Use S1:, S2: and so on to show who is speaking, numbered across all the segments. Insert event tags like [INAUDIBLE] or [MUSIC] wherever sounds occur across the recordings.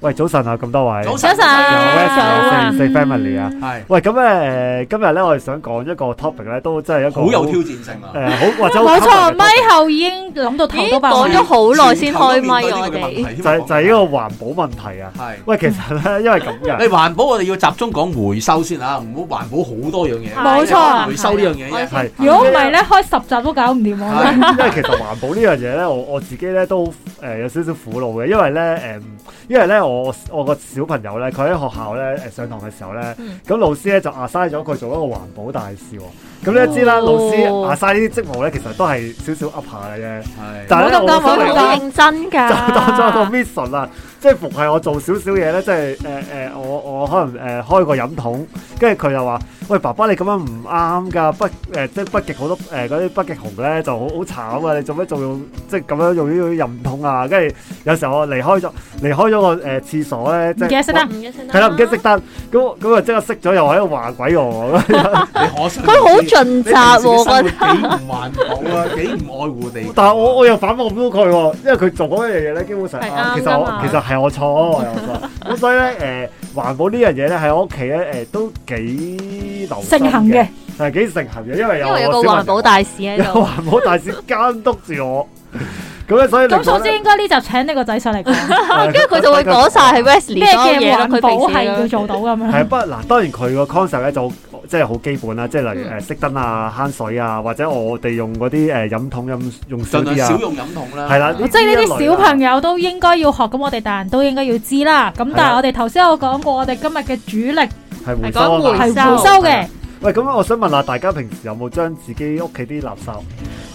S1: 喂，早晨啊，咁多位，
S2: 早晨
S3: 早晨，
S1: dạ. 有 West 四四 family 啊，
S2: 係
S1: 喂，咁咧誒，今日咧我哋想講一個 topic 咧，都真係一個
S2: 好有挑戰性啊！
S1: 誒好或者好
S3: 冇
S1: common
S3: 錯，
S1: 嘅
S3: 咪後已經諗到頭
S4: 咦，
S3: 都爆
S2: [LAUGHS]
S4: 講
S3: 埋
S4: 咗好耐先開咪
S2: 全球
S4: 我
S2: 都面對呢個問題
S4: 哋。
S2: 添
S1: 就
S2: 啊
S1: 係就係呢個環保問題啊。
S2: 係
S1: 喂，其實
S3: 嗯
S1: 咧，因為咁
S2: 你
S1: 嘅，
S2: 環保，我哋要集中講回收先啊，唔好環保好多樣嘢。
S3: 冇
S4: 啊
S3: 錯
S2: 回收呢樣嘢啫。
S4: 係
S1: 係
S3: 如果唔係咧，開十集都搞唔掂我。
S2: 係
S1: 因為其實環保呢樣嘢咧，我我自己咧都誒、呃有少少苦惱嘅，因為咧誒、因為咧我我個小朋友咧，佢喺學校咧誒上堂嘅時候咧，咁、
S4: 嗯
S1: 老師咧就 assign 咗佢做一個環保大使喎。咁你都知啦，
S4: 哦
S1: 老師 assign 呢啲職務咧，其實都係少少 up 下嘅啫。
S2: 係
S1: 但係咧，
S3: 唔好咁
S1: 我心裏
S3: 講唔好咁
S4: 好認真㗎。
S1: 就當咗一個 mission 啦，即係逢係我做少少嘢咧，即係誒誒，我我可能誒、呃、開個飲筒，跟住佢就話：喂，爸爸你咁樣唔啱㗎，北誒、呃即係北極好多誒嗰啲北極熊咧就好好慘啊！你做咩仲用即係咁樣用呢個飲筒啊？跟住有時候我離開咗離開咗個誒、呃、廁所咧，即
S3: 唔記得
S1: 係
S3: 熄燈，
S4: 唔一聲
S1: 係啦，唔記得熄燈，咁咁啊即刻熄咗，又喺度話鬼我咁樣。
S2: 你可想
S4: 佢好盡責喎，
S2: 覺
S4: 我覺得
S2: 得幾唔環保
S4: [LAUGHS]
S2: 啊，幾唔愛護地球。
S1: 但係我我又反駁唔到佢喎，因為佢做嗰樣嘢咧，基本上
S4: 係
S1: 啊
S4: 啱
S1: 其實
S4: 㗎
S1: 我
S4: 嘛
S1: 其實係我錯，我
S4: [LAUGHS]
S1: 有錯。咁所以咧誒，環保呢樣嘢咧喺我屋企咧誒都幾流
S3: 盛行嘅，
S1: 係幾盛行嘅，因為有
S4: 因為有個
S1: 我小朋友
S4: 環保大使喺
S1: 有
S4: 度。
S1: 環保大使監督住我，咁咧所以
S3: 咁
S1: 所
S3: 所知應該呢集請呢個仔
S4: [LAUGHS]
S3: 上嚟講，
S1: 跟
S4: 跟住佢就會講晒係 Wesley
S3: 咩
S4: 所有
S3: 嘅
S4: 嘢咯，
S3: 環
S4: 佢
S3: 保
S4: 平
S3: 係
S4: 時
S3: 要
S4: 咯
S3: 做到咁
S1: 係
S3: 樣。
S1: 不過嗱，當然佢個 concept 咧就即係好基本啦，即係例如
S4: 嗯
S1: 誒熄燈啊、慳水啊，或者我哋用嗰啲誒飲筒飲用少
S2: 盡
S1: 啲
S2: 量少
S1: 啊，
S2: 用飲筒啦。
S1: 係
S4: 嗯
S1: 啦，
S3: 即係呢啲小朋
S1: 友
S3: 友都應該要學，咁我哋大人都應該要知啦。咁但係我哋頭先有講過，我哋今日嘅主力
S1: 係回
S4: 係
S1: 收啊
S4: 講
S1: 嘛
S4: 回
S3: 係回收嘅，
S1: 喂，咁我想問下大家平時有冇將自己屋企啲垃圾？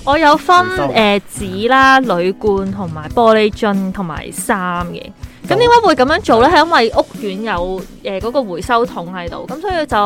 S4: 我有分
S1: 回收
S4: 誒紙啦、鋁罐同埋玻璃樽同埋衫嘅。咁點解會咁樣做呢？係因為屋苑有誒嗰個回收桶喺度，咁所以就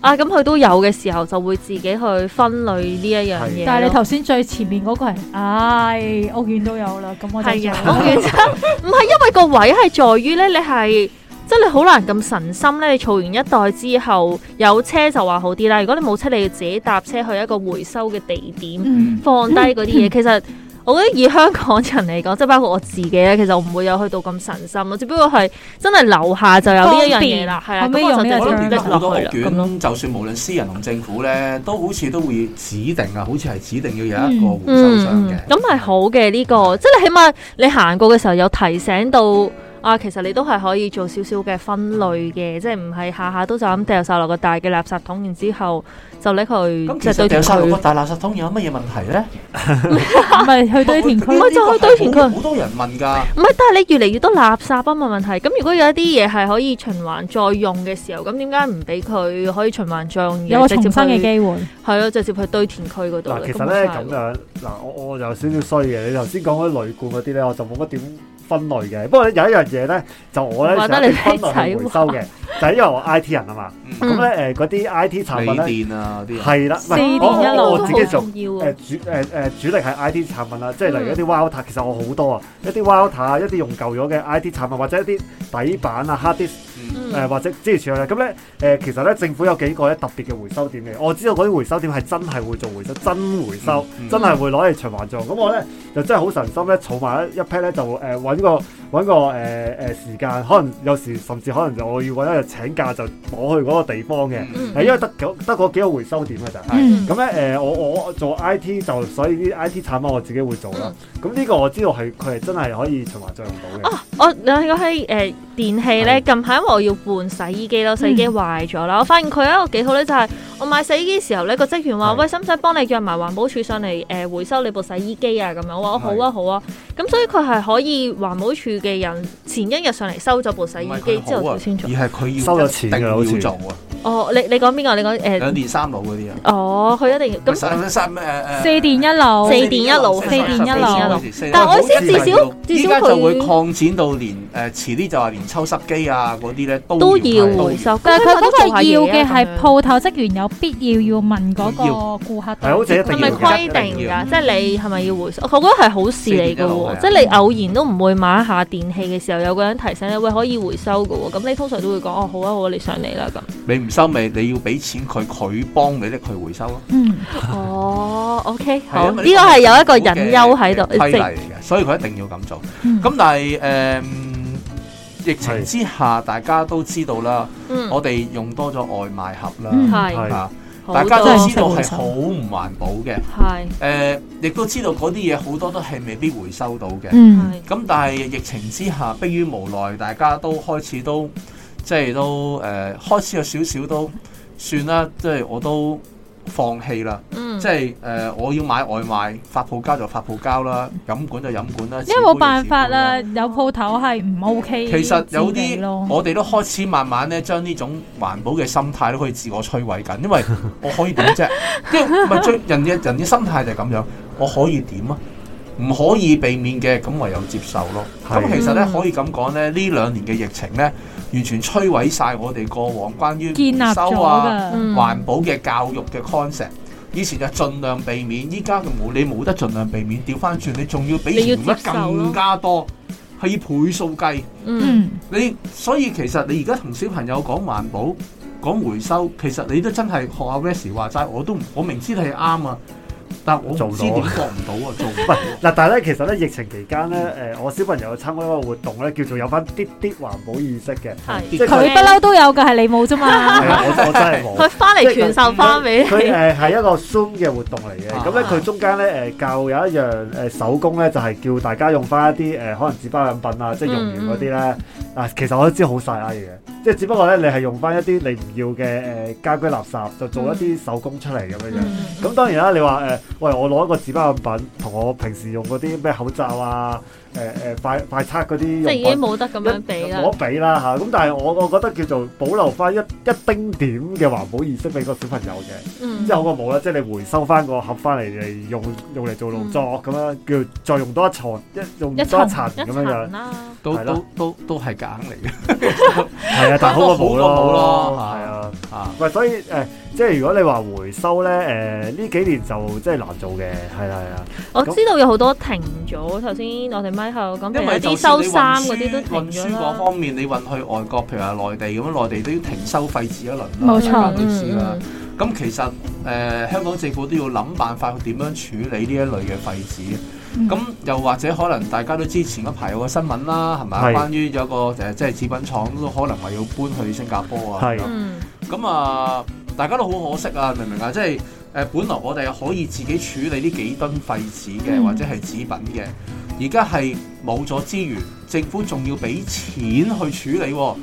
S4: 啊咁佢都有嘅時候就會自己去分類呢一樣嘢咯。
S3: 但係你頭先最前面嗰個係，唉，屋苑都有啦， [LAUGHS] 咁我就
S4: 係
S3: 做
S4: 啊，我原則唔係因為個位係在於咧，你係即係你好難咁神心咧。你儲完一袋之後，有車就話好啲啦。如果你冇車，你要自己搭車去一個回收嘅地
S3: [LAUGHS]
S4: 點 [LAUGHS]
S3: 嗯
S4: 放低嗰啲嘢。其實我覺得以香港人嚟講，即係包括我自己咧，其實我唔會有去到咁神心咯。只不過係真係樓下就有呢一樣嘢啦，係啦，
S3: 方便
S4: 咁我就
S3: 可唔可以用呢
S2: 我
S3: 個字
S2: 諗而
S4: 直
S2: 家
S4: 接
S2: 好
S4: 拎
S2: 多
S4: 落
S2: 屋
S4: 去啦。咁咯，
S2: 苑，就算無論私人同政府咧，都好似都會指定啊，好似係指定要有一個回收箱嘅。
S4: 嗯咁係好嘅呢個，即係你起碼你行過嘅時候有提醒到。啊，其實你都係可以做少少嘅分類嘅，即係唔係下下都就咁掉晒落個大嘅垃圾桶，然之後就拎佢
S2: 咁
S4: 即
S2: 其
S4: 係
S2: 實掉
S4: 堆填
S2: 晒落個
S4: 區。
S2: 大垃圾桶有乜嘢問題咧？
S3: 唔係去堆填區。
S4: 咪就去堆填區
S2: 好多人問㗎。
S4: 唔係，但係你越嚟越多垃圾啊嘛問題。咁如果有一啲嘢係可以循環再用嘅時候，咁點解唔俾佢可以循環再用？
S3: 有個重生嘅
S4: 機
S3: 機會，
S4: 係咯，直接去堆填區嗰度。
S1: 嗱，其實咧
S4: 冇晒
S1: 咁
S4: 啊喎
S1: 樣，嗱，我我有少少衰嘅。你頭先講嗰啲鋁罐嗰啲咧，我就冇乜點分類嘅。不過咧有一樣嘢咧，就我咧
S4: 我覺
S1: 成
S4: 得
S1: 日
S4: 你
S1: 分類係回收嘅，就係因為我 I T 人啊嘛。
S2: 嗯
S1: 咁咧誒嗰啲 I T 產
S2: 鋰
S1: 品咧
S2: 電啊嗰啲啊。
S1: 係啦，唔
S3: 四
S1: 係
S3: 年
S1: 我
S3: 一
S1: 我
S3: 路
S1: 我自己做。
S4: 重要啊
S1: 誒！主誒誒主力係 I T 產品啦，即係例如一啲 w i l t e r 其實我好多啊，一啲 w i l t e r 一啲用舊咗嘅 I T 產品，或者一啲底板啊、hard disk
S2: 嗯
S1: 誒、或者支持佢啦。咁咧誒，其實咧政府有幾個咧特別嘅回收點嘅，我知道嗰啲回收點係真係會做回收，真回收，
S2: 嗯嗯
S1: 真係會攞嚟循環做。咁我咧就真係好神心咧，儲埋一一 pair 咧就誒揾、個揾個誒誒、呃時間，可能有時甚至可能就我要揾一日請假就攞去嗰個地方嘅，係、
S2: 嗯
S4: 嗯
S1: 因為得九得嗰幾個回收點嘅咋。
S3: 嗯
S1: 咁咧誒，我我做 I T 就所以啲 I T 產品我自己會做啦。
S2: 嗯
S1: 咁呢個我知道係佢係真係可以循環再用到嘅。
S4: 啊！我兩個喺誒電器咧，近排因為我要換洗衣機
S3: 嗯
S4: 啦，洗衣機壞咗啦，我發現佢有一個幾好咧，就係、我買洗衣機時候咧，個職員話：
S1: 係
S4: 喂，使唔使幫你約埋環保署上嚟誒、呃回收你部洗衣機啊？咁樣我話：我好啊，好啊。咁所以佢係可以環保署嘅人前一日上嚟收咗部洗衣機之後
S2: 而
S4: 就先做。
S2: 係佢要
S1: 收咗錢㗎啦好似
S2: 一定要做啊，
S4: 哦，你你講邊個？你講誒？
S2: 兩電三路嗰啲啊。
S4: 哦，佢一定要咁。
S2: 三三誒誒
S3: 四電一
S4: 四
S3: 路，
S4: 電一路
S3: 四電一路
S4: 但係我意思
S1: 至
S4: 少至
S2: 依
S4: 少
S2: 家就
S4: 佢
S2: 會擴展到連誒遲啲就話連抽濕機啊嗰啲咧都
S4: 都要回收，咁
S3: 但係佢
S4: 都
S3: 嗰
S4: 做下
S3: 個要
S4: 嘢啊
S3: 嘅
S4: 咁
S3: 係
S4: 樣
S3: 鋪頭職員有必要要問嗰個顧客，
S1: 係好似一
S4: 係
S1: 定
S4: 咪
S1: 要嘅
S4: 規定㗎？
S3: 嗯
S4: 即係你係咪要回收？我覺得係好事嚟
S2: 四年一
S4: 㗎
S2: 路係啊
S4: 喎，即係你偶然都唔會買一下電器嘅時候，有個人提醒你喂可以回收㗎喎，咁你通常都會講哦好啊好啊，你上嚟啦咁。
S2: 你唔收咪你要俾錢佢，佢幫你拎去回收咯。
S3: 嗯，
S4: 哦，OK，
S2: 係
S4: 好，
S2: 啊
S4: 呢
S2: 咪
S4: 個
S2: 呢個
S4: 係有一個
S2: 嘅
S4: 隱憂喺度，
S2: 規例
S4: 即係
S2: 嚟嘅，所以佢一定要咁做。
S3: 嗯
S2: 咁但係誒。嗯疫情之下，大家都知道啦，
S4: 嗯，
S2: 我哋用多咗外賣盒
S3: 嗯
S2: 啦，
S4: 係
S2: 啊，
S4: 好
S2: 大家
S4: 多
S2: 都知道係好唔環保嘅。
S4: 係
S2: 誒、亦都知道嗰啲嘢好多都係未必回收到嘅。
S3: 嗯，
S4: 係
S2: 咁但係疫情之下，迫於無奈，大家都開始都即係都誒、呃、開始有少少都算啦，即係我都放棄啦。
S4: 嗯，
S2: 即係誒、呃我要買外賣，發泡膠就發泡膠啦，飲管就飲管啦，紙杯
S3: 因為
S2: 就
S3: 冇辦法
S2: 紙杯啦
S1: 啊
S3: 啦，。有鋪頭係唔 OK
S2: 其實有
S3: 自己咯
S2: 啲我哋都開始慢慢咧，將呢種環保嘅心態都可以自我摧毀緊，因
S3: [LAUGHS]
S2: 為我可以點啫？因為唔係最人嘅人嘅心態就係咁樣，我可以點啊？唔可以避免嘅，咁唯有接受咯。咁
S1: 係
S2: 其實咧，
S4: 嗯
S2: 可以咁講咧，呢兩年嘅疫情咧，完全摧毀晒我哋過往關於
S3: 建立
S2: 回
S3: 咗
S2: 收啊。
S3: 㗎，
S4: 嗯
S2: 環保嘅教育嘅 concept。以前就盡量避免，依家就冇你冇得盡量避免，調翻轉你仲要比以前用得更加多，係以倍數計。
S4: 嗯
S3: 嗯，
S2: 你所以其實你而家同小朋友講環保、講回收，其實你都真係學阿 Wes 話齋，我都唔我明知你係啱啊，但我唔知
S1: 做
S2: 點
S1: 唔到
S2: 做唔到
S1: [LAUGHS]
S2: 啊，做唔
S1: 喂
S2: 到。
S1: 嗱，但係咧，其實咧，疫情期間咧，誒、我小朋友參加一個活動咧，叫做有翻啲啲環保意識嘅。
S4: 係
S1: 即係
S3: 佢不嬲都有㗎，係你冇
S1: [LAUGHS]
S3: 啫嘛。
S1: 係啊，我我真係冇。
S4: [LAUGHS] 佢翻嚟傳授翻俾你，
S1: 佢誒係一個 Zoom 嘅活動嚟嘅，
S2: 啊
S1: 咁咧佢中間咧誒教有一樣誒手工咧，就係叫大家用翻一啲誒可能紙包飲品啊，
S4: 嗯
S1: 即係用完嗰啲咧啊，其實我都知好細埃嘅，即係只不過咧你係用翻一啲你唔要嘅誒家居垃圾，就做一
S4: 嗯
S1: 啲手工出嚟咁樣樣。咁當然啦，你話誒、喂，我攞一個紙包飲品，同我平時用嗰啲咩口罩啊，誒、誒快快測嗰啲
S4: 即係
S1: 用
S4: 已經
S1: 品，
S4: 冇得咁樣俾啦
S1: 我。俾啦嚇。咁但係我我覺得叫做保留翻一一丁點嘅環保意識俾個小朋友嘅。
S4: 嗯
S1: 即係好過冇啦，即係你回收翻個盒翻嚟嚟用用嚟做勞作咁樣，叫再用多一層，一用多一
S3: 一層
S1: 層咁
S4: 一
S1: 樣樣
S4: 層，啦，
S2: 都
S1: 係
S2: 都
S1: 咯
S2: 都都係夾硬嚟
S1: 係啊，但係好過冇
S2: 好過冇咯
S1: 咯，
S2: 嚇
S1: 係啊，
S2: 嘅啊！
S1: 喂，所以誒、即係如果你話回收咧，誒、呢幾年就真係難做嘅，係啦係啦，
S4: 我知道有好多停咗。頭先我哋咪後講，譬
S2: 因
S4: 如
S2: 為
S4: 一
S2: 就
S4: 啲
S2: 算
S4: 收
S2: 你
S4: 衫
S2: 運
S4: 嗰啲都
S2: 輸運
S4: 停咗
S2: 輸嗰
S4: 啦。
S2: 方面，你運去外國，譬如話內地咁樣，內地都要停收廢紙一輪啦，
S3: 冇錯
S2: 大家都知
S4: 嗯
S2: 啦
S4: 嗯。
S2: 咁其實誒、呃香港政府都要諗辦法去點樣處理呢一類嘅廢紙。
S3: 嗯
S2: 咁、又或者可能大家都知前一排有個新聞啦，係咪啊？
S1: 係
S2: 關於有個誒即係紙品廠都可能話要搬去新加坡啊。
S1: 係
S4: 嗯
S2: 咁啊，大家都好可惜啊，明唔明啊？即係誒、呃本來我哋可以自己處理呢幾噸廢紙嘅，
S3: 嗯
S2: 或者係紙品嘅，而家係冇咗之餘，政府仲要俾錢去處理、喎，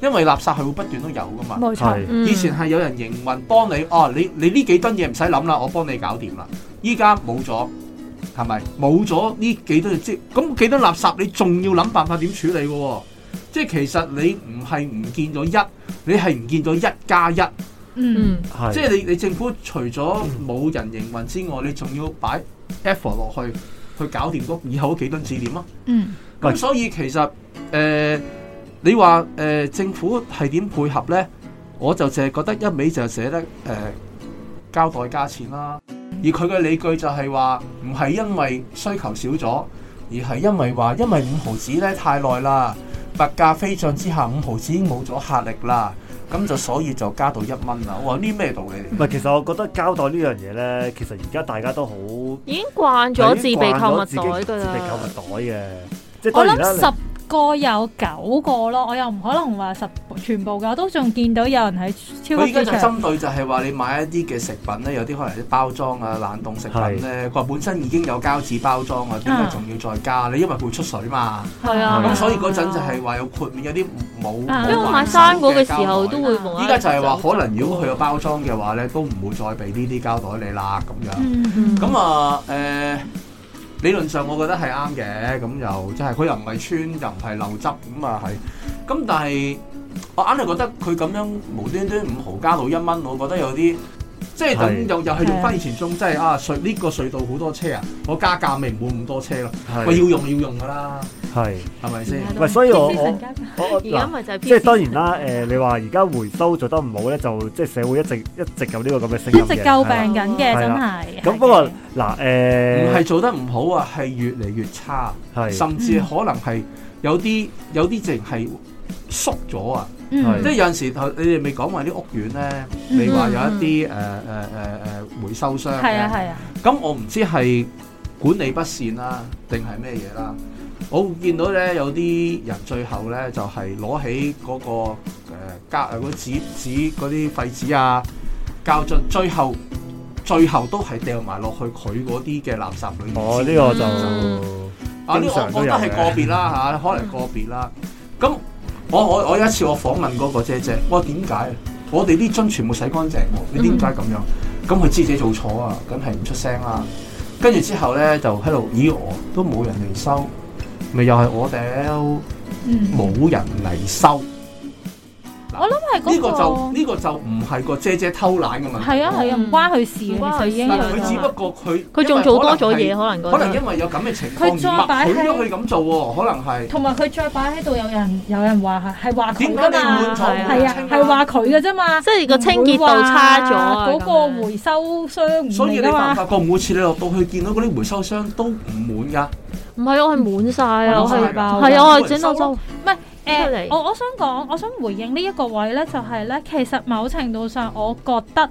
S2: 因為垃圾係會不斷都有噶嘛。
S3: 冇錯，
S1: 係
S4: 嗯
S2: 以前係有人營運幫你，哦、你你呢幾噸嘢唔使諗啦，我幫你搞掂啦。依家冇咗，係咪冇咗呢幾噸即咁幾噸垃圾，你仲要諗辦法點處理嘅喎、即係其實你唔係唔見咗一，你係唔見咗一加一。
S3: 嗯，
S4: 嗯
S1: 係
S2: 即係你你政府除咗冇人營運之外，你仲要擺 effort 落去去搞掂嗰以後嗰幾噸紙點啊？
S3: 嗯，
S2: 咁
S1: 喂
S2: 所以其實誒、呃你話誒、呃政府係點配合咧？我就淨係覺得一味就寫得誒、呃、交代加錢啦。而佢嘅理據就係話唔係因為需求少咗，而係因為話因為五毫子咧太耐啦，物價飛漲之下，五毫子已經冇咗客力啦，咁就所以就加到一蚊啦。我話呢咩道理嚟？
S1: 唔係其實我覺得膠袋呢樣嘢咧，其實而家大家都好慣
S4: 已經慣咗自備購物
S1: 自己
S4: 袋㗎
S1: 自備購
S4: 啦。
S1: 物袋嘅，即係
S3: 我
S1: 當然
S3: 諗
S1: 啦
S3: 十個有九個咯，我又唔可能話十全部㗎，都仲見到有人喺超
S2: 佢
S3: 級
S2: 依家
S3: 市
S2: 就
S3: 場，
S2: 針對就係話你買一啲嘅食品咧，有啲可能啲包裝啊、冷凍食品咧，佢話本身已經有膠紙包裝啊，點解仲要再加咧？因為佢會出水嘛。
S4: 係啊，
S1: 係
S2: 咁所以嗰陣就係話有豁免，有啲冇。
S3: 啊
S4: 因
S2: 為
S4: 為我買生果嘅時候都會冇啦。
S2: 依家就係話可能如果佢有包裝嘅話咧，都唔會再俾呢啲膠袋你啦咁樣。
S3: 嗯，
S2: 咁啊誒，理論上我覺得係啱嘅，咁又即係佢又唔係穿，又唔係漏汁，咁啊係。咁但係我硬係覺得佢咁樣無端端五毫加到一蚊，我覺得有啲即係等
S1: 係
S2: 又又係用翻以前中，即係啊隧呢個隧道好多車啊，我加價咪唔會咁多車咯。我要
S1: 係
S2: 用要用㗎啦，
S1: 係
S2: 係咪先？
S1: 喂所以我
S3: 嗯
S1: 我我我
S4: 而
S1: 嗱
S4: 家。咪就係
S1: 即係當然啦，誒、你話而家回收做得唔好咧，就即係社會一直一直有呢個咁嘅聲音
S3: 一
S1: 嘅
S3: 直救
S1: 係啦
S3: 病緊嘅，
S1: 係
S3: 真
S1: 啦
S3: 係。
S1: 咁不過嗱，誒、
S2: 唔係做得唔好啊，係越嚟越差，
S1: 係
S2: 甚至可能係有啲有啲淨係縮咗啊。
S1: 係
S2: 即係有陣時頭，你哋未講話啲屋苑咧，
S3: 嗯
S2: 你話有一啲誒誒誒誒回收商
S3: 係啊
S2: 嘅，
S3: 係啊，
S2: 咁我唔知係管理不善啦，定係咩嘢啦。我見到咧有啲人最後咧就係攞起嗰、個誒膠誒嗰紙紙嗰啲廢紙啊膠樽，最後最後都係掉埋落去佢嗰啲嘅垃圾裏面先。
S1: 哦，呢個就
S4: 嗯
S2: 啊，呢
S1: 經
S2: 個
S1: 常
S2: 我
S1: 都
S2: 覺
S1: 有
S2: 得係
S1: 嘅
S2: 個別啦嚇，可能個別啦。咁我我我有一次我訪問嗰個姐姐，我話點解？我哋啲樽全部洗乾淨喎，你點解
S1: 嗯
S2: 咁樣？咁佢知自己做錯啊，梗係唔出聲啦。跟住之後咧就喺度，咦我都冇人嚟收，咪又係我屌
S3: 嗯，
S2: 冇人嚟收。
S3: 我諗係
S2: 呢
S3: 嗰
S2: 個
S3: 個
S2: 就呢個就唔係個姐姐偷懶嘅問題。
S3: 係啊係啊，唔關佢事嘅，
S4: 唔關佢
S3: 其實已經
S2: 但
S3: 有
S2: 佢只
S3: 咗
S2: 不
S3: 啦。
S2: 過佢
S4: 佢仲做多咗嘢，，可能
S2: 可能
S4: 嗰
S2: 因為有咁嘅情
S3: 佢
S2: 況
S3: 再
S2: 而
S3: 擺
S2: 默許咗
S3: 喺
S2: 佢咁做喎，可能係。
S3: 同埋佢再擺喺度，有人有人話係係話佢
S2: 點
S3: 噶
S2: 解你
S3: 嘛
S2: 滿，
S4: 咗唔
S3: 係啊
S2: 清啊
S3: 係話佢嘅啫嘛，
S4: 即係個清潔度差咗啊
S3: 唔會話嗰個回收箱唔
S2: 所以你
S3: 嚟噶
S2: 發唔
S3: 啊嘛。
S2: 發覺每次你落到去見到嗰啲回收箱都唔滿㗎，
S4: 唔係我係滿晒啊，我係
S3: 滿晒㗎
S4: 係啊，我係整到周
S3: 誒
S4: 出嚟
S3: 我我想講，我想回應呢一個位咧，就係咧，其實某程度上，我覺得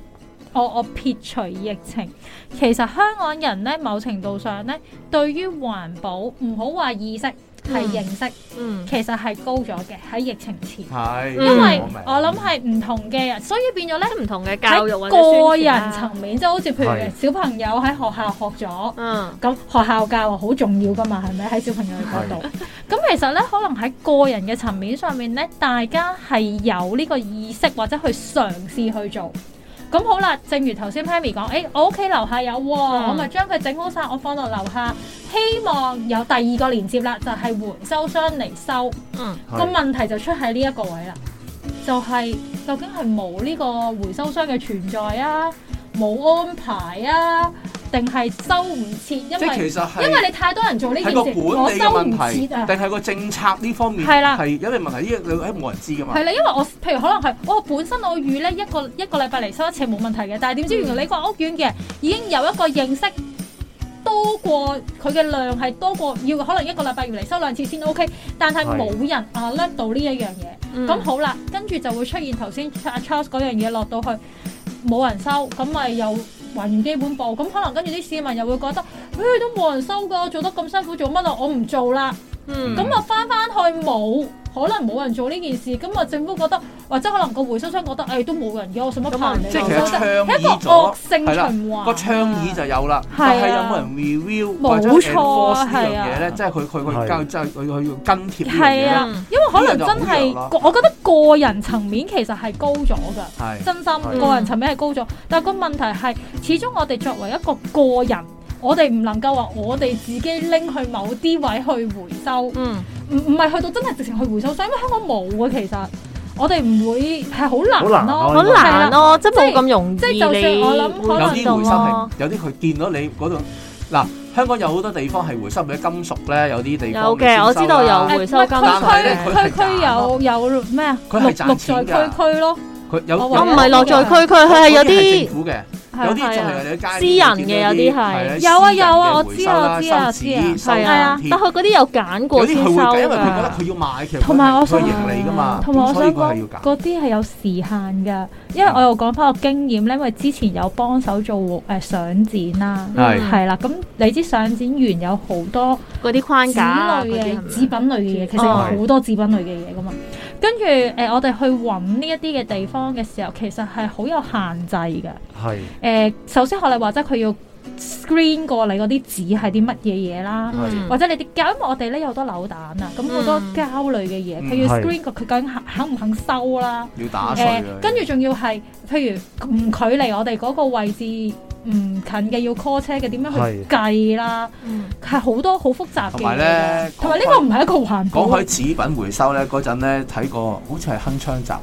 S3: 我我撇除疫情，其實香港人咧，某程度上咧，對於環保唔好話意識，係
S4: 嗯
S3: 認識，
S4: 嗯
S3: 其實係高咗嘅喺疫情前，
S2: 係
S4: 嗯
S3: 因為
S2: 我明
S3: 我諗係唔同嘅人，所以變咗咧。
S4: 唔同嘅教育或
S3: 喺
S4: 者宣傳啊
S3: 個人層面，即係好似譬
S2: 係
S3: 如小朋友喺學校學咗，
S4: 嗯
S3: 咁學校教育好重要噶嘛，係咪？喺小朋友嘅角度，咁其實咧，可能喺個人嘅層面上面咧，大家係有呢個意識或者去嘗試去做。咁好啦，正如頭先 Pammy 講，誒、我屋企樓下有喎、
S4: 嗯
S3: 我咪將佢整好晒，我放落樓下，希望有第二個連接啦，就係、回收商嚟收。
S4: 嗯
S3: 個問題就出喺呢一個位啦，就係、究竟係冇呢個回收商嘅存在啊，冇安排啊，定係收唔切？因
S2: 即係
S3: 為
S2: 其實
S3: 因
S2: 係
S3: 為你太多人做呢件
S2: 係個
S3: 事，我
S2: 管理
S3: 收唔
S2: 嘅問題，
S3: 切啊。
S2: 定係個政策呢方面
S3: 係啦
S2: 係因為問題呢個你冇人知㗎嘛
S3: 係。啦，因為我譬如可能係我本身我預咧一個一個禮拜嚟收一次冇問題嘅，但係點知原來你個屋苑嘅已經有一個認識多過佢嘅量係多過要可能一個禮拜要嚟收兩次先 OK，但係
S1: 係
S3: 冇人 alert 到呢一樣嘢。
S4: 嗯
S3: 咁好啦，跟住就會出現頭先阿 Charles 嗰樣嘢落到去冇人收，咁咪又還原基本步。咁可能跟住啲市民又會覺得，誒、都冇人收㗎，做得咁辛苦做乜啊？我唔做啦。
S4: 嗯
S3: 咁我翻翻去冇，可能冇人做呢件事，咁啊政府覺得，或者可能個回收商覺得，誒、都冇人嘅，我使乜怕啊人哋
S2: 啊即係
S3: 回
S2: 其
S3: 收
S2: 實倡
S3: 啫？一
S2: 議咗
S3: 個惡性
S2: 係啦
S3: 循環。
S2: 個倡議就有啦，
S3: 係啊
S2: 但係有冇人 review 或
S3: 冇
S2: 者
S3: 錯啊
S2: enforce 呢樣嘢
S3: 係啊
S2: 咧？即係佢佢佢
S1: 係
S2: 交即係佢佢要跟貼呢樣嘢
S3: 係
S2: 咧
S3: 啊，
S4: 嗯
S3: 因為可能真
S2: 呢個就好弱
S3: 係
S2: 啦，
S3: 我覺得個人層面其實係高咗㗎。
S2: 係
S3: 真心
S1: 係
S3: 個人層面係高咗，但係個問題係，始終我哋作為一個個人，我哋唔能夠話我哋自己拎去某啲位去回收，唔
S4: 嗯
S3: 唔係去到真係直情去回收箱，因為香港冇嘅其實，我哋唔會係好
S1: 好難
S3: 難
S1: 啊
S4: 好
S3: 咯，
S4: 難咯，即係冇咁容易
S3: 即係就算我諗
S4: 你
S3: 可
S2: 有
S3: 能
S4: 會
S2: 啲
S4: 做
S2: 回收係
S4: 咯，
S2: 有啲佢見到你嗰度嗱，香港有好多地方係回收嘅金屬咧，有啲地方
S4: 有嘅
S2: 你
S4: 我
S2: 先收
S4: 知道
S2: 啦
S4: 有
S3: 誒
S4: 回收金
S2: 但係咧
S4: 屬
S2: 佢係
S3: 區區區區有有咩啊？
S2: 佢
S3: 綠
S2: 係賺
S3: 綠
S2: 錢
S3: 在
S2: 㗎
S3: 區區咯，
S2: 佢有
S3: 我
S2: 有
S4: 我
S3: 話
S4: 唔係落在區區，佢係有
S2: 嗰係
S4: 啲
S2: 政府嘅。
S3: 係
S2: 有
S3: 啊
S2: 啲就係有啲街
S4: 私人嘅有啲係
S3: 有啊有啊我知啊我知啊我知
S4: 係
S3: 係啊
S4: 啊，但佢嗰啲有揀過
S2: 有
S4: 先
S2: 啲佢
S4: 收
S2: 會計，因為佢覺得
S4: 㗎。
S2: 佢要賣，其實
S3: 同埋我
S2: 佢
S3: 想嗯
S2: 係盈利㗎嘛，
S3: 同埋我
S2: 咁所以佢
S3: 想
S2: 係
S3: 講
S2: 要，搞。
S3: 嗰啲係有時限㗎，因為我又講翻個經驗咧，因為之前有幫手做誒上展啦，
S2: 係
S4: 嗯
S3: 係啦，咁你知上展完有好多
S4: 嗰啲框
S3: 紙
S4: 架啊
S3: 類
S4: 嗰
S3: 嘅
S4: 啲係咪哦
S3: 紙品類嘅嘢，其實有好多紙品類嘅嘢噶嘛。跟住誒、呃我哋去揾呢一啲嘅地方嘅時候，其實係好有限制嘅。誒、
S1: 係
S3: 首先學你話齋，佢要 screen 過你嗰啲紙係啲乜嘢嘢啦。
S4: 嗯
S3: 或者你啲膠，因為我哋咧有好多扭蛋啊，咁好多
S4: 嗯
S3: 膠類嘅嘢，佢、
S1: 嗯
S3: 要
S1: 係
S3: screen 過佢究竟肯肯唔肯收啦。
S2: 要打碎
S3: 誒
S2: 佢，
S3: 跟住仲要係，譬如唔距離我哋嗰個位置唔近嘅，要 call 車嘅，點樣去
S1: 係
S3: 計啦？係好多好複雜嘅
S2: 同
S3: 嘢
S2: 埋咧
S3: 㗎。同埋呢個唔係一個環保
S2: 講開
S3: 嘅
S2: 紙品回收咧，嗰陣咧睇過，好似係《鏗鏘集》啊，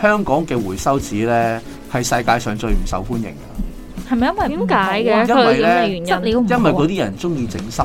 S2: 香港嘅回收紙咧係世界上最唔受歡迎嘅，
S3: 係咪因為
S4: 點解嘅？
S2: 因為
S4: 佢
S2: 咧
S4: 點嘅原因？
S3: 質料唔好啊
S2: 因為嗰啲人中意整濕，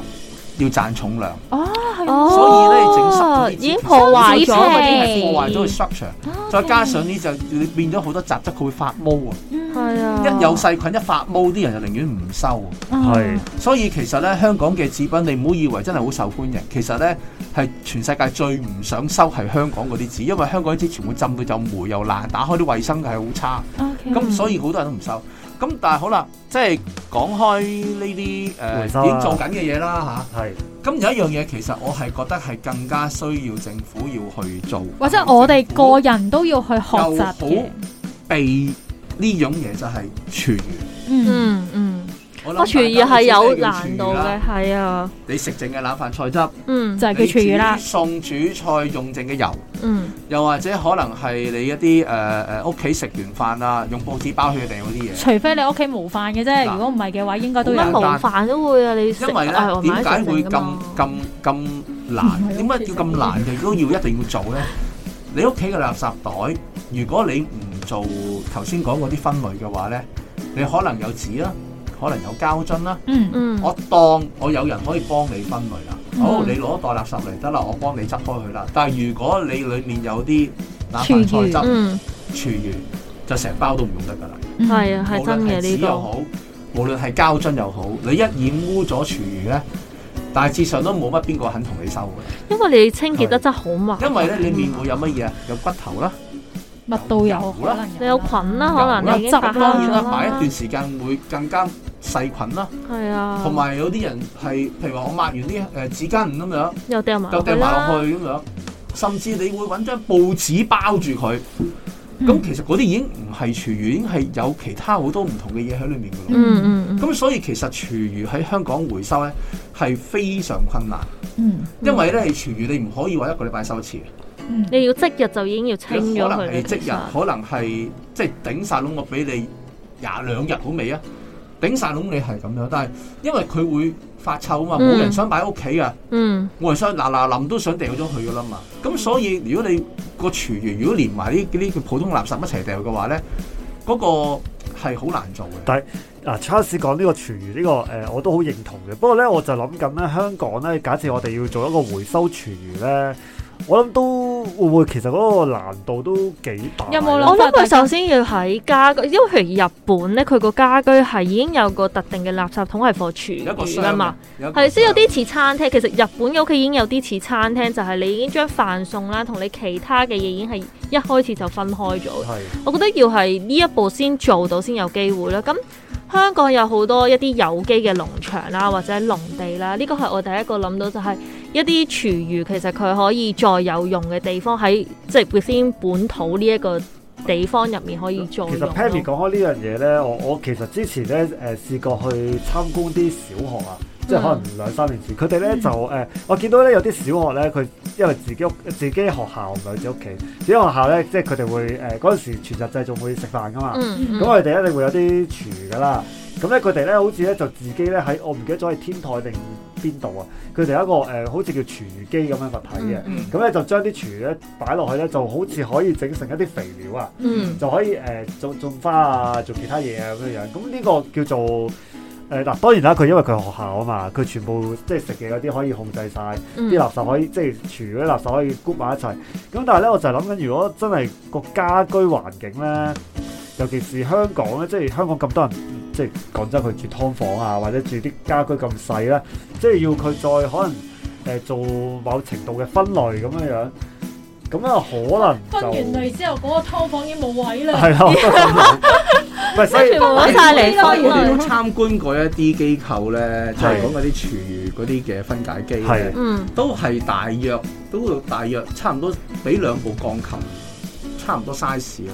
S2: 要賺重量。
S3: 哦，係
S4: 哦，
S2: 所以咧整濕嗰啲
S4: 已經破壞咗嗯嗰啲
S3: 係
S2: 破壞咗個
S4: 紙，
S2: structure，
S3: 啊
S2: 再加上呢就你變咗好多雜質，佢會發毛啊！
S3: 嗯
S4: 係啊，
S2: 一有細菌一發毛，啲人就寧願唔收。
S1: 係
S2: 所以其實咧，香港嘅紙品，你唔好以為真係好受歡迎，其實咧係全世界最唔想收係香港嗰啲紙，因為香港啲紙全部浸到又霉又爛，打開啲衞生係好差，
S3: OK，
S4: 嗯
S2: 咁所以好多人都唔收。咁但係好啦，即係講開呢啲誒
S1: 回
S2: 已
S1: 收啦啊
S2: 經做緊嘅嘢啦
S1: 係
S2: 吓，咁有一樣嘢其實我係覺得係更加需要政府要去做，
S3: 或者我哋
S2: 政府
S3: 個人都要去學習嘅
S2: 又好，避呢種嘢就係廚餘。
S3: 嗯，
S4: 嗯嗯，
S2: 我諗
S3: 哦
S4: 我廚餘
S2: 大
S4: 係
S2: 家都
S4: 有
S2: 知咩叫廚
S4: 難
S2: 餘
S4: 度
S2: 啦
S4: 嘅，係啊，
S2: 你食剩嘅冷飯菜汁，
S4: 嗯
S3: 就係叫廚餘啦
S2: 你。煮餸煮菜用剩嘅油。
S4: 嗯
S2: 又或者可能係你一啲誒誒屋企食完飯啊，用報紙包佢哋嗰啲嘢。
S3: 除非你屋企冇飯嘅啫，
S2: 嗱
S3: 如果唔係嘅話，應該都有
S4: 乜。
S2: 好
S4: 冇飯都會啊？你食
S2: 因為咧
S4: 哎我，
S2: 點
S4: 買
S2: 解
S4: 食剩
S2: 會
S4: 㗎
S2: 咁
S4: 嘛
S2: 咁咁難？點解要咁難？亦都要一定要做咧？你屋企嘅垃圾袋，如果你唔做頭先講嗰啲分類嘅話咧，你可能有紙啦，可能有膠樽啦。
S3: 嗯，
S4: 嗯
S2: 我當我有人可以幫你分類啦。好，
S3: 嗯
S2: 你攞一袋垃圾嚟得啦，我幫你執開佢啦。但係如果你裡面有啲冷
S3: 廚
S2: 飯
S3: 餘
S2: 菜汁、
S4: 嗯
S2: 廚餘，就成包都唔用得㗎啦。
S3: 嗯
S4: 係啊係
S2: 無
S4: 真
S2: 論係
S4: 嘅
S2: 紙
S4: 呢
S2: 又
S4: 個
S2: 好，無論係膠樽又好，你一染污咗廚餘咧，大致上都冇乜邊個肯同你收嘅，，
S4: 因為你清潔得真係好麻煩，
S2: 因為咧你面會有乜嘢啊？有骨頭啦，
S3: 乜都有可能
S4: 你有菌啦，
S2: 有
S4: 嗯可能
S2: 啦
S4: 你已經發
S3: 汁
S4: 酵
S2: 當然啦，
S4: 咗
S2: 擺一
S4: 啦
S2: 段，時間會更加細菌啦，
S4: 係啊，
S2: 同埋有啲人係譬如話我抹完啲誒紙巾咁樣，
S4: 又掉埋
S2: 就
S4: 去
S2: 掉埋落
S4: 啦，
S2: 去咁樣，甚至你會揾張報紙包住佢，
S4: 嗯
S2: 咁其實嗰啲已經唔係廚餘，已經係有其他好多唔同嘅嘢喺裏面㗎咯。
S4: 嗯嗯嗯，
S2: 咁所以其實廚餘喺香港回收咧係非常困難，
S3: 嗯
S2: 因為咧廚餘你唔可以話一個禮拜收一次，
S3: 嗯
S4: 你要即日就已經要清
S2: 你
S4: 咗
S2: 可能
S4: 佢啦
S2: 係即
S4: 其
S2: 日
S4: 實，
S2: 可能係即係頂晒窿，我俾你廿兩日好未啊？頂晒窿你係咁樣，但係因為佢會發臭啊嘛，
S4: 嗯
S2: 冇人想擺喺屋企啊，
S4: 嗯
S2: 冇人想嗱嗱臨都想掉咗佢噶啦嘛。咁所以如果你個廚餘如果連埋呢啲普通垃圾一齊掉嘅話咧，嗰、個係好難做
S4: 啊
S2: 嘅。
S1: 嗱，Charles 啊講呢個廚餘呢、個誒、我都好認同嘅。不過咧，我就諗緊咧，香港咧，假設我哋要做一個回收廚餘咧，我諗都會唔會其實嗰個難度都幾大咧。
S3: 有冇
S4: 我
S3: 諗
S4: 諗佢首先要喺家居，因為譬如日本咧，佢個家居係已經有個特定嘅垃圾桶係放廚
S2: 有一個
S4: 餘噶
S2: 箱
S4: 嘛
S2: 啊，，有一個
S4: 係即係有
S2: 箱
S4: 啲似餐廳。其實日本嘅屋企已經有啲似餐廳，就係你已經將飯餸啦同你其他嘅嘢已經係一開始就分開咗。
S1: 係
S4: 我覺得要係呢一步先做到先有機會啦。咁香港有好多一啲有機嘅農場啦，或者農地啦，呢個係我第一個諗到就係、一啲廚餘其實佢可以再有用嘅地方喺即係先本土呢一個地方入面可以
S3: 啊
S4: 再
S1: 其
S4: 用
S1: 實 Pammy
S4: 咯。
S1: 講開呢樣嘢咧，我我其實之前咧誒、試過去參觀啲小學
S3: 嗯
S1: 啊，即係可能兩三年前，佢哋咧就誒、我見到咧有啲小學咧，佢因為自己屋自己學校唔係自己屋企，自己學校咧，即係佢哋會誒嗰陣時全日制仲會食飯噶嘛。
S4: 嗯
S1: 咁我哋一定會有啲廚餘噶啦。咁咧佢哋咧好似咧就自己咧喺我唔記得咗係天台定邊度啊？佢哋有一個誒、呃好似叫廚餘機咁樣物體嘅，
S4: 嗯
S1: 咁咧就將啲廚餘咧擺落去咧，就好似可以整成一啲肥料啊，
S4: 嗯
S1: 就可以誒、呃種種花啊，做其他嘢啊咁樣樣。咁呢個叫做誒嗱、當然啦，佢因為佢係學校啊嘛，佢全部即係食嘢嗰啲可以控制晒。
S4: 嗯
S1: 啲垃圾可以即係廚餘嗰啲垃圾可以 group 埋一齊。咁但係咧，我就係諗緊，如果真係個家居環境咧，尤其是香港咧，即係香港咁多人，即係講真，佢住劏房啊，或者住啲家居咁細咧，即係要佢再可能誒、呃做某程度嘅分類咁樣樣，咁啊可
S3: 分
S1: 能
S3: 完
S1: 就
S3: 類之後，嗰個劏房已經冇位
S2: 啊
S3: 啦。
S1: 係啦，我都咁諗。唔係，所以
S4: 全部攞晒嚟
S2: 我
S4: 放
S2: 哋都
S4: 落去
S2: 參觀過一啲機構咧，就係
S1: 係
S2: 講嗰啲廚餘嗰啲嘅分解機
S1: 係
S2: 咧，
S4: 嗯
S2: 都係大約都有大約差唔多比兩部鋼琴差唔多 size 啊，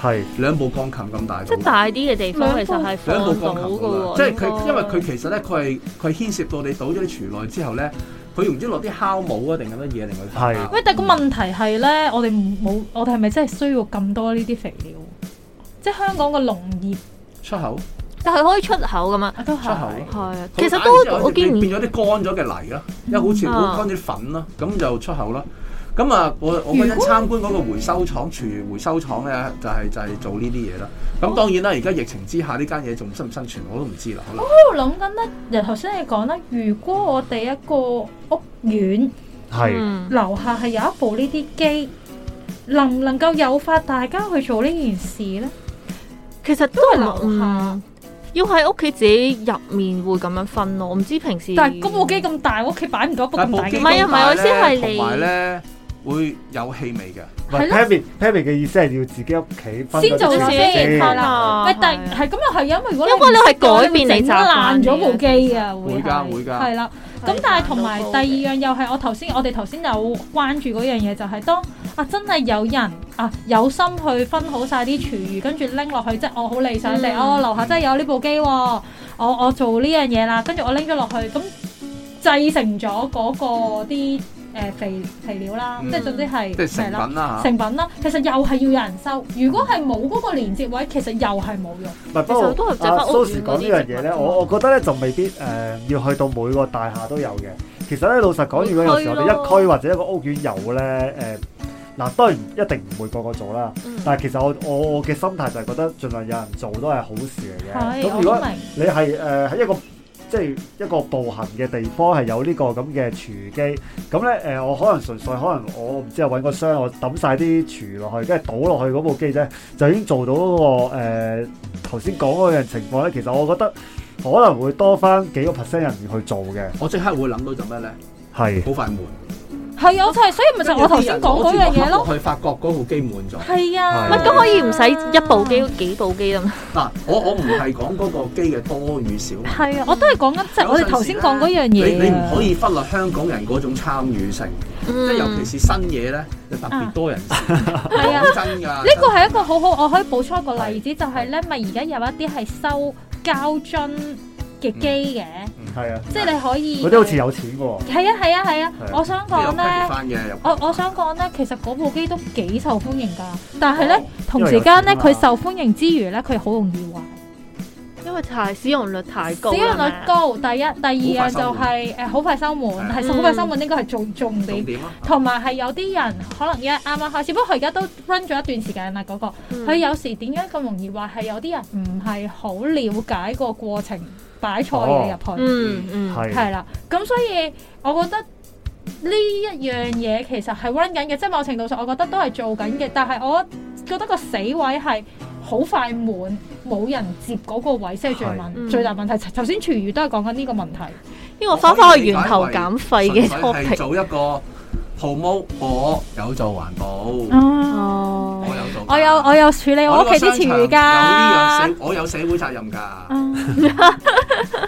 S1: 係
S2: 兩部鋼琴咁大到
S4: 即係大啲嘅地方其實係
S2: 兩部
S4: 放到
S2: 鋼琴到啦
S4: 嘅喎。
S2: 即係佢
S4: 應該
S2: 因為佢其實咧，佢係佢牽涉到你倒咗啲廚內之後咧，佢唔知落啲酵母啊定係乜嘢令佢發
S1: 係
S3: 喂，但係個問題係咧，我哋冇，我哋係咪真係需要咁多呢啲肥料？即係香港個農業
S2: 出口
S4: 但係可以出口噶嘛。
S3: 啊，都
S2: 出口
S3: 係。
S4: 係啊，其實都我
S2: 見
S4: 見
S2: 變咗啲乾咗嘅泥啦，因為好似
S4: 啊
S2: 好乾咗啲粉啦，咁就出口啦。咁啊，我我嗰陣
S3: 如果
S2: 參觀嗰個回收廠，廚餘回收廠咧，就係、就係、做呢啲嘢啦。咁當然啦，而家疫情之下，呢間嘢仲生唔生存我都唔知啦。可能
S3: 我諗緊咧，人頭先你講啦，如果我哋一個屋苑
S1: 係
S4: 嗯
S3: 樓下係有一部呢啲機，能唔能夠誘發大家去做呢件事咧？
S4: 其實都
S3: 都係
S4: 係
S3: 樓
S4: 樓
S3: 下
S4: 下，要喺屋企自己入面會咁樣分咯。我唔知平時，
S3: 但係嗰部機咁大，我屋企擺唔到一部
S2: 但係
S3: 咁
S2: 部
S3: 大
S2: 機
S3: 嘅
S4: 唔係啊
S2: 咁大
S4: 唔係我意思係
S2: 咧
S4: 你
S2: 同埋咧，會有氣味嘅。
S1: 唔係
S3: 係咯
S1: Pammy Pammy 嘅意思係要自己屋企分
S3: 先做
S1: 咗
S3: 咗
S1: 自己
S3: 先
S1: 先
S3: 係啦
S4: 喂
S3: 喂，但係咁又係啊因為如果
S4: 啊因為你係
S3: 唔識嘅
S4: 改變你
S3: 你會整爛咗部機啊，
S2: 會
S3: 會
S2: 㗎
S3: 係
S2: 會㗎
S3: 係
S4: 啊
S3: 啦。咁但係同埋第二樣又係我頭先，我哋頭先有關注嗰樣嘢，就係當啊真係有人啊有心去分好晒啲廚餘，跟住拎落去，即係我好理想地，
S4: 嗯
S3: 哦樓下真係有呢部機喎，我我做呢樣嘢啦，跟住我拎咗落去，咁製成咗嗰個啲誒肥肥料啦，
S2: 嗯
S3: 即係總之係
S2: 即係成
S3: 係啦
S2: 品啦嚇。
S3: 成品啦，其實又係要有人收。如果係冇嗰個連接位，其實又係冇用。
S1: 唔係，不過
S4: 其實都係
S1: 阿
S4: 整翻屋
S1: Sosze
S4: 苑
S1: 講
S4: 嗰啲
S1: 呢樣嘢咧，
S4: 植物
S1: 我我覺得咧就未必誒、要去到每個大廈都有嘅。其實咧老實講，如果有時候你一
S4: 每區咯
S1: 區或者一個屋苑有咧誒，嗱、當然一定唔會個個做啦。
S4: 嗯
S1: 但係其實我我我嘅心態就係覺得，儘量有人做都係好事嚟嘅。咁
S3: 我
S1: 如
S3: 都
S1: 果
S3: 明。
S1: 你係誒喺一個即係一個步行嘅地方係有呢個咁嘅廚機，咁咧誒我可能純粹可能我唔知係揾個箱，我抌晒啲廚落去，跟住倒落去嗰部機啫，就已經做到嗰、個誒頭先講嗰樣情況咧。其實我覺得可能會多翻幾個 percent 人去做嘅，
S2: 我即刻會諗到做咩咧？
S1: 係
S2: 好快滿。
S3: 係啊，我就係，所以咪就係我頭先講嗰樣嘢咯。
S2: 去發覺嗰部機滿咗。
S3: 係啊，
S1: 係
S4: 乜都可以唔使一部機幾部機咁，
S2: 嗱，我我唔係講嗰個機嘅多與少，
S3: 係啊，我都係講緊，即係我哋頭先講嗰樣
S2: 你
S3: 嘢
S2: 你唔可以忽略香港人嗰種參與性，即係尤其是新嘢咧，就特別多人試。
S3: 係啊。
S2: 講真㗎，
S3: 呢個係一個好好，我可以補充一個例子，就係咧，咪而家有一啲係收膠樽嘅機嘅，
S1: 係啊，
S3: 即係你可以
S1: 嗰啲好似有錢嘅喎，
S3: 係啊係啊係啊
S1: 係啊！
S3: 我想
S2: 有
S3: 講
S2: p a
S3: 咧。
S2: 翻嘅，有
S3: 我我想講咧，其實嗰部機都幾受歡迎㗎，但係咧同時間咧，
S1: 哦因為有錢啊
S3: 佢受歡迎之餘咧，佢好容易壞。
S4: 因為太使用率太高，啊
S3: 使用率，高，第一，第二樣就係誒好快收門，
S2: 嗯
S3: 係好快收門應該係重重
S2: 重
S1: 嗯
S3: 點。
S2: 點啊！
S3: 同埋係有啲人可能一啱啱開始，不過佢而家都 run 咗一段時間啦。嗰、個
S4: 嗯
S3: 佢有時點解咁容易話係有啲人唔係好了解個過程擺錯嘢入
S1: 哦
S3: 去，
S4: 嗯嗯
S1: 係
S3: 係啦、咁所以我覺得呢一樣嘢其實係 run 緊嘅，即係某程度上我覺得都係做緊嘅，但係我覺得個死位係。好快滿，冇人接嗰個位先係最問、
S4: 係
S3: 最大問題。頭先廚餘都係講緊呢個問題。
S4: 呢個翻返去源頭減廢嘅 topic，
S2: 做一個 promo，我有做環保，
S3: 哦，
S4: 哦
S2: 我，有做。
S3: 我有我有處理我屋企啲廚餘
S2: 哦有呢樣
S3: 㗎
S2: 社，。我有社會責任㗎，
S3: 啊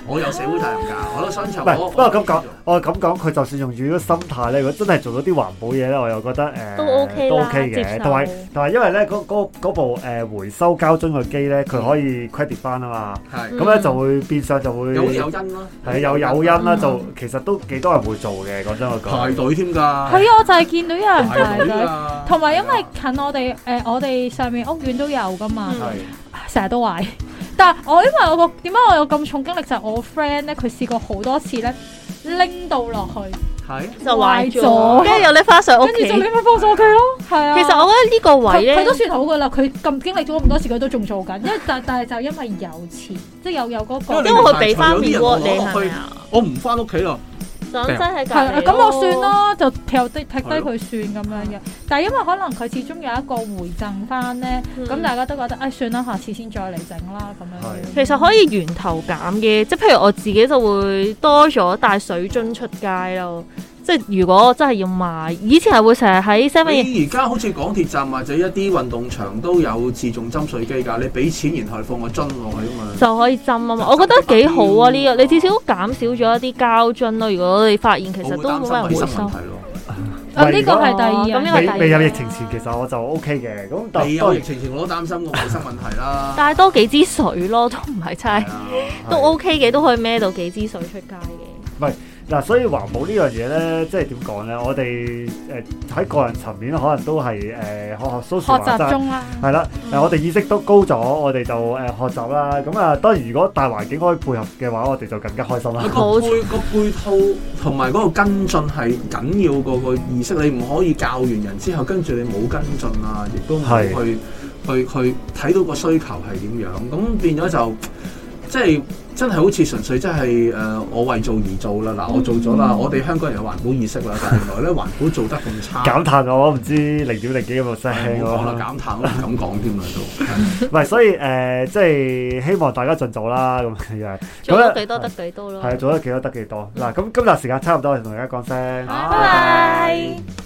S2: 我有社會責任㗎，我有商場。
S1: 唔係
S2: 我
S1: 不過咁講，我咁講佢就算用住呢個心態咧，如果真係做到啲環保嘢咧，我又覺得誒、
S4: 都 OK 啦
S1: 都 OK
S4: 接
S1: 嘅，
S4: 受
S1: 同埋同埋因為咧嗰嗰嗰部誒、回收膠樽嘅機咧，佢可以 credit 翻啊嘛，
S2: 係
S1: 咁咧、就會變相就會
S2: 有有因咯，
S1: 係有誘因啦，
S3: 嗯
S1: 就其實都幾多人會做嘅，講真我
S2: 排
S1: 講。
S2: 隊添㗎，
S3: 係啊，我就係見到有人排
S2: 排隊
S3: 隊，
S2: 啊，
S3: 同埋因為近我哋誒、我哋上面屋苑都有噶嘛，
S4: 嗯
S1: 係
S3: 成日都壞。但係我因為我個點解我有咁重經歷就係、我 friend 咧，佢試過好多次咧拎到落去，
S2: 係
S4: 就壞
S3: 壞咗
S4: 咗，跟住又拎翻上屋
S3: 跟住
S4: 企。
S3: 就拎翻放咗屋企咯。係啊，
S4: 其實我覺得呢個
S3: 佢
S4: 位
S3: 佢
S4: 咧
S3: 都，算好噶啦，佢咁經歷咗咁多次，佢都仲做緊，因為但但係就因為有錢，即係有有嗰、個
S2: 因
S4: 因為佢俾翻 r e w a r 你
S2: 有啲人攞落
S4: 係
S2: 去
S4: 咪啊？
S2: 我唔翻屋企咯，
S4: 講真係
S3: 係啊
S4: 隔離
S3: 咁我算
S4: 咯。
S3: 咯，就掉低踢低
S2: 係咯
S3: 佢算咁樣嘅。但係因為可能佢始終有一個回贈翻咧，
S4: 嗯
S3: 咁大家都覺得誒算啦，下次先再嚟整啦咁樣。
S4: 其實可以源頭減嘅，即係譬如我自己就會多咗帶水樽出街咯。即係如果我真係要買，以前係會成日喺 s e v
S2: 你而家好似港鐵站或者一啲運動場都有自動斟水機㗎，你俾錢然後放個樽落去啊嘛。
S4: 就可以浸啊嘛，我覺得幾好啊呢、個，你至少減少咗一啲膠樽咯。如果你發現其實都冇乜人
S2: 衞
S4: 回
S2: 生
S4: 收
S2: 問，題咯。
S3: 啊，呢個
S4: 係
S3: 係第
S4: 咁
S3: 二
S4: 呢
S3: 樣
S4: 個。
S1: 未
S4: 第二
S1: 未有
S4: 樣
S1: 疫情前，其實我就 OK 嘅，咁但係
S2: 你有
S1: 當
S2: 疫
S1: 然
S2: 情前我都擔心個衞生問題啦。
S4: 帶多幾支水咯，都唔係真係
S2: 係啊
S4: 都 OK 嘅，都可以孭到幾支水出街嘅。
S1: 嗱，所以環保呢樣嘢咧，即係點講咧？我哋誒喺個人層面可能都係誒學學 social
S3: 學習中啦，
S1: 係啦，
S4: 嗯
S1: 誒我哋意識都高咗，我哋就誒學習啦。咁啊，當然如果大環境可以配合嘅話，我哋就更加開心啦。
S2: 啊個配個配套同埋嗰個跟進係緊要過個意識，你唔可以教完人之後跟住你冇跟進啊，亦都冇
S1: 係
S2: 去去去睇到個需求係點樣，咁變咗就即係真係好似純粹即係誒我為做而做啦，嗱我做咗啦，我哋香港人有環保意識啦，但係原來咧環保做得咁差。
S1: 減碳啊我唔知零點零幾有冇聲
S2: 唔好講啦，
S1: 喎，
S2: 減碳都唔敢講添啦都。
S1: 唔係，所以誒、即係希望大家盡早啦，咁樣啊
S4: 做
S1: 咁
S4: 得
S1: 咧
S4: 幾多得幾多咯。
S1: 係做得幾多得幾多。嗱，咁今日時間差唔多，同大家講聲。
S3: 拜拜。